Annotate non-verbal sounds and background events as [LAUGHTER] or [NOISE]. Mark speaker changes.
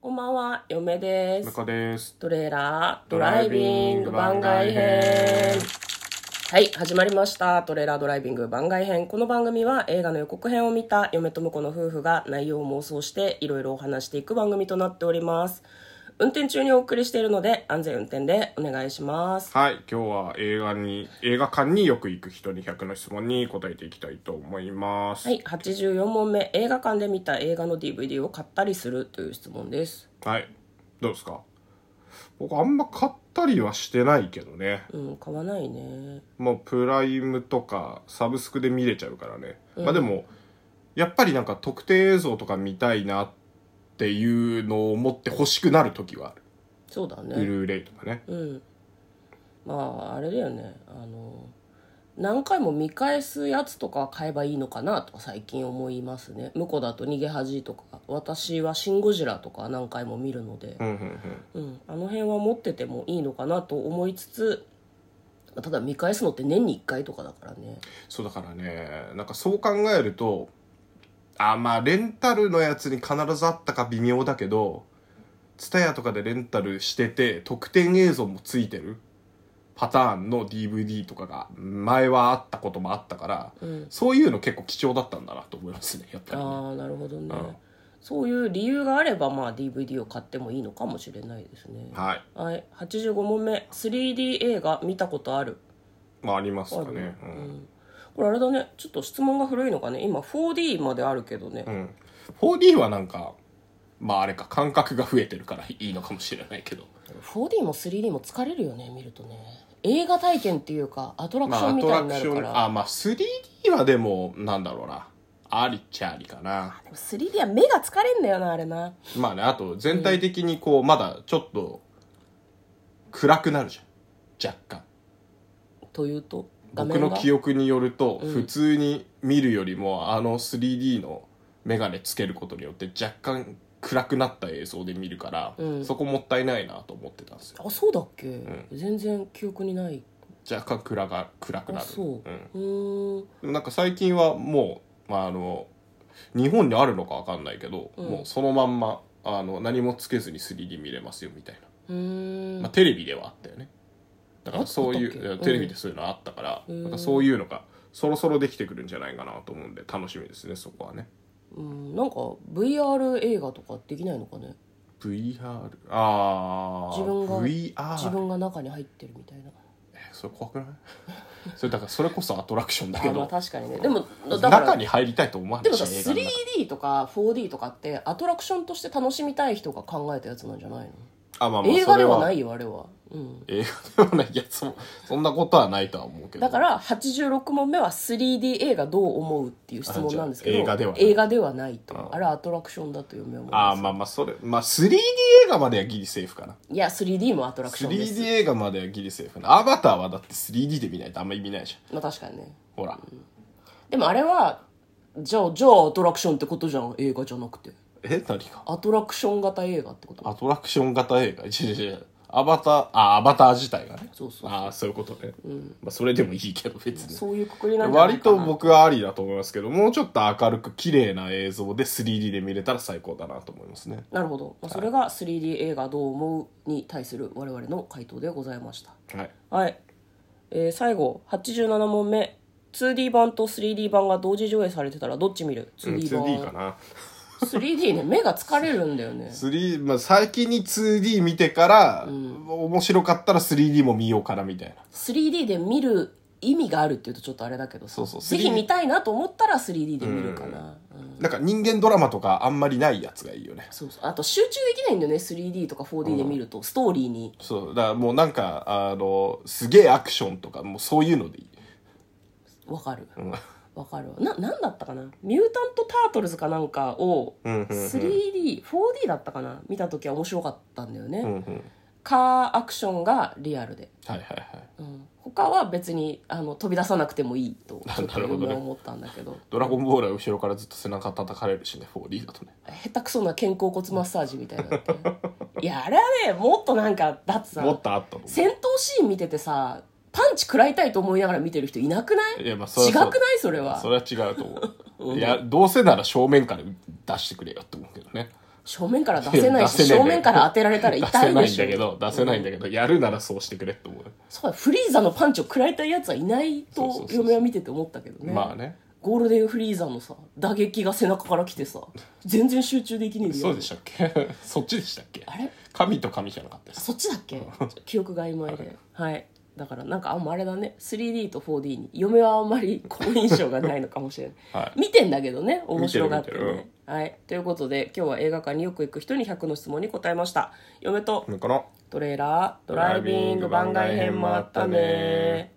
Speaker 1: こんばんは、嫁で
Speaker 2: ム
Speaker 1: す。
Speaker 2: カです。
Speaker 1: トレーラード
Speaker 2: ド
Speaker 1: ラ
Speaker 2: ラ
Speaker 1: イ
Speaker 2: イ
Speaker 1: ビ
Speaker 2: ビ
Speaker 1: ン
Speaker 2: ン
Speaker 1: グ
Speaker 2: グ
Speaker 1: 番
Speaker 2: 番
Speaker 1: 外
Speaker 2: 外
Speaker 1: 編
Speaker 2: 編。
Speaker 1: はい、始まりました。トレーラードライビング番外編。この番組は映画の予告編を見た嫁と婿の夫婦が内容を妄想していろいろお話していく番組となっております。運転中にお送りしているので安全運転でお願いします。
Speaker 2: はい、今日は映画に、映画館によく行く人に100の質問に答えていきたいと思います。
Speaker 1: は。い、84問目。映画館で見た映画の DVD を買ったりするという質問です。
Speaker 2: はい、どうですか僕あんま買ったりはしてないけどね。
Speaker 1: うん、買わないね。
Speaker 2: もうプライムとかサブスクで見れちゃうからね。まあでも、やっぱりなんか特定映像とか見たいなっていうのを持って欲しくなる時はある。
Speaker 1: そうだね。
Speaker 2: ブルーレイとかね。
Speaker 1: うんまああれだよねあの何回も見返すやつとか買えばいいのかなとか最近思いますね向こうだと「逃げ恥」とか私は「シン・ゴジラ」とか何回も見るので
Speaker 2: う、んうんうん。
Speaker 1: うん、あの辺は持っててもいいのかなと思いつつただ見返すのって年に1回とかだからね
Speaker 2: そうだからねなんかそう考えるとあまあレンタルのやつに必ずあったか微妙だけど TSUTAYA とかでレンタルしてて特典映像もついてるパターンの DVD とかが前はあったこともあったから、
Speaker 1: うん
Speaker 2: そういうの結構貴重だったんだなと思いますねやっぱりね、
Speaker 1: ああなるほどね、
Speaker 2: うん
Speaker 1: そういう理由があればまあ DVD を買ってもいいのかもしれないですね
Speaker 2: はい
Speaker 1: はい85問目 3D 映画見たことある
Speaker 2: まあありますか
Speaker 1: ある
Speaker 2: ね、うん
Speaker 1: これあれだねちょっと質問が古いのかね今 4D まであるけどね、
Speaker 2: うん、4D はなんかまああれか感覚が増えてるからいいのかもしれないけど
Speaker 1: 4D も 3D も疲れるよね見るとね映画体験っていうかアトラク
Speaker 2: ま
Speaker 1: シ
Speaker 2: あ、
Speaker 1: ョ
Speaker 2: ア
Speaker 1: ンみ
Speaker 2: ト
Speaker 1: たい
Speaker 2: ラ
Speaker 1: に
Speaker 2: ク
Speaker 1: な
Speaker 2: シ
Speaker 1: る
Speaker 2: ョ
Speaker 1: か
Speaker 2: ン、
Speaker 1: ら、
Speaker 2: あ、まあ、3D はでも、なんだろうな。ありっちゃありかな。
Speaker 1: でも 3D は目が疲れんだよなあれな
Speaker 2: まあね、あと、全体的にこう、まだちょっと、暗くなるじゃん。若干。
Speaker 1: というと画
Speaker 2: 僕
Speaker 1: 面
Speaker 2: の
Speaker 1: が
Speaker 2: 記憶によると、普通に見るよりも、あの 3D のメガネつけることによって、若干暗くなった映像で見るから、
Speaker 1: うん
Speaker 2: そこもったいないなと思ってたんですよ。
Speaker 1: あそうだっけ、
Speaker 2: ん
Speaker 1: 全然記憶にない
Speaker 2: 若干暗が、暗く
Speaker 1: あ
Speaker 2: なる。
Speaker 1: そうんうーん
Speaker 2: でもなんか最近はもう、まあ、あの日本にあるのか分かんないけど、
Speaker 1: うん
Speaker 2: もうそのまんまあの何もつけずに 3D 見れますよみたいな、
Speaker 1: うーん、
Speaker 2: まあ、テレビではあったよねだか
Speaker 1: あ
Speaker 2: らそうい
Speaker 1: あったっ
Speaker 2: う
Speaker 1: け
Speaker 2: テレビでそういうのあったから、
Speaker 1: うん
Speaker 2: なんかそういうのがそろそろできてくるんじゃないかなと思うんで楽しみですねそこはね
Speaker 1: うん、なんか VR 映画とかできないのかね
Speaker 2: VR ああ
Speaker 1: 自分が
Speaker 2: VR
Speaker 1: 自分が中に入ってるみたいな
Speaker 2: えそれ怖くない [LAUGHS] それだからそれこそアトラクションだけ
Speaker 1: あまあ
Speaker 2: ど
Speaker 1: 確かにねでもだから
Speaker 2: 中に入りたいと思わな
Speaker 1: で
Speaker 2: い
Speaker 1: もさ
Speaker 2: 映画の中
Speaker 1: 3D とか 4D とかってアトラクションとして楽しみたい人が考えたやつなんじゃないの、
Speaker 2: あまあまあ
Speaker 1: 映画ではないいよあれは、うん、
Speaker 2: 映画ではないいやそそんなことはないとは思うけど
Speaker 1: だから86問目は 3D 映画どう思うっていう質問なんですけど
Speaker 2: あじゃあ映画ではない
Speaker 1: 映画ではないと
Speaker 2: あ
Speaker 1: あれはアトラクションだと嫁は思いま
Speaker 2: ああ
Speaker 1: す
Speaker 2: まあまあそれまあ 3D 映画まではギリセーフかない
Speaker 1: や 3D もアトラクションです
Speaker 2: 3D 映画まではギリセーフかなアバターはだって 3D で見ないとあんまり見ないじゃん
Speaker 1: まあ確かにね
Speaker 2: ほら、
Speaker 1: でもあれはじゃあじゃあアトラクションってことじゃん映画じゃなくて
Speaker 2: え何が
Speaker 1: アトラクション型映画ってこと
Speaker 2: アトラクション型映画違う違う違うアバターあアバター自体がね
Speaker 1: そうそうそう
Speaker 2: ああそういうことね、まあそれでもいいけど別に
Speaker 1: そういうくくりなんじゃない
Speaker 2: 割
Speaker 1: かな
Speaker 2: と僕はありだと思いますけどもうちょっと明るく綺麗な映像で 3D で見れたら最高だなと思いますね
Speaker 1: なるほど、まあ、それが 3D 映画どう思うに対する我々の回答でございました
Speaker 2: はい
Speaker 1: はい、えー最後87問目 2D 版と 3D 版が同時上映されてたらどっち見る
Speaker 2: うん
Speaker 1: 2D 版、
Speaker 2: 2D かな
Speaker 1: 3D ね目が疲れるんだよ
Speaker 2: [LAUGHS]
Speaker 1: ね
Speaker 2: 3、まあ、先に 2D 見てから、面白かったら 3D も見ようかなみたいな
Speaker 1: 3D で見る意味があるっていうとちょっとあれだけどさ
Speaker 2: そうそう
Speaker 1: ぜ
Speaker 2: 3D
Speaker 1: ひ見たいなと思ったら 3D で見るかな、うん
Speaker 2: なんか人間ドラマとかあんまりないやつがいいよね。
Speaker 1: そうそうあと集中できないんだよね 3D とか 4D で見ると、ストーリーに
Speaker 2: そう。だからもうなんか、あの、すげえアクションとか、もうそういうのでいい。
Speaker 1: わかる
Speaker 2: うん。
Speaker 1: わかるわな何だったかなミュータント・タートルズかなんかを
Speaker 2: うんうんうん
Speaker 1: 3D4D だったかな見た時は面白かったんだよね、
Speaker 2: うんうん。
Speaker 1: カーアクションがリアルで、
Speaker 2: はいはいはい。
Speaker 1: うん、他は別にあの飛び出さなくてもいいと
Speaker 2: な
Speaker 1: ちょっと
Speaker 2: なるほどね
Speaker 1: 嫁は思ったんだけど
Speaker 2: ドラゴンボールは後ろからずっと背中叩かれるしね、4D だとね。
Speaker 1: 下手くそな肩甲骨マッサージみたいなのだったね、いやあれはねもっとなんかだって
Speaker 2: もっ
Speaker 1: さ
Speaker 2: とあったと思
Speaker 1: 戦闘シーン見ててさパンチ食らいたいと思いながら見てる人いなくな
Speaker 2: う。
Speaker 1: い
Speaker 2: いや、まあ
Speaker 1: 違
Speaker 2: れ
Speaker 1: くな
Speaker 2: はい
Speaker 1: それは
Speaker 2: それは違うと思う。いや、どうせなら正面から出してくれよって思うけどね。
Speaker 1: 正面から出せないし
Speaker 2: いや出せねえんだよ
Speaker 1: 正面から当てられたら
Speaker 2: 出
Speaker 1: 痛
Speaker 2: せ
Speaker 1: い
Speaker 2: な
Speaker 1: で
Speaker 2: いん
Speaker 1: しょ
Speaker 2: だけど出せないんだけど、やるならそうしてくれって思う、
Speaker 1: そうだフリーザのパンチを食らいたいやつはいない
Speaker 2: そうそう
Speaker 1: と
Speaker 2: そうそう
Speaker 1: 嫁は見てて思ったけどね
Speaker 2: まあね
Speaker 1: ゴールデンフリーザのさ打撃が背中から来てさ全然集中できねえよ
Speaker 2: そうでしたっけ [LAUGHS] そっちでしたっけ
Speaker 1: あれ
Speaker 2: 神と神じゃなかったです
Speaker 1: そっちだっけ記憶が曖昧ではいだからなんかあんまあれだね 3D と 4D に嫁はあんまり好印象がないのかもしれない、
Speaker 2: [LAUGHS] はい
Speaker 1: 見てんだけどね面白がってね
Speaker 2: 見てる見て
Speaker 1: はいということで今日は映画館によく行く人に100の質問に答えました嫁と
Speaker 2: だから
Speaker 1: トレーラードライビング番外編もあったね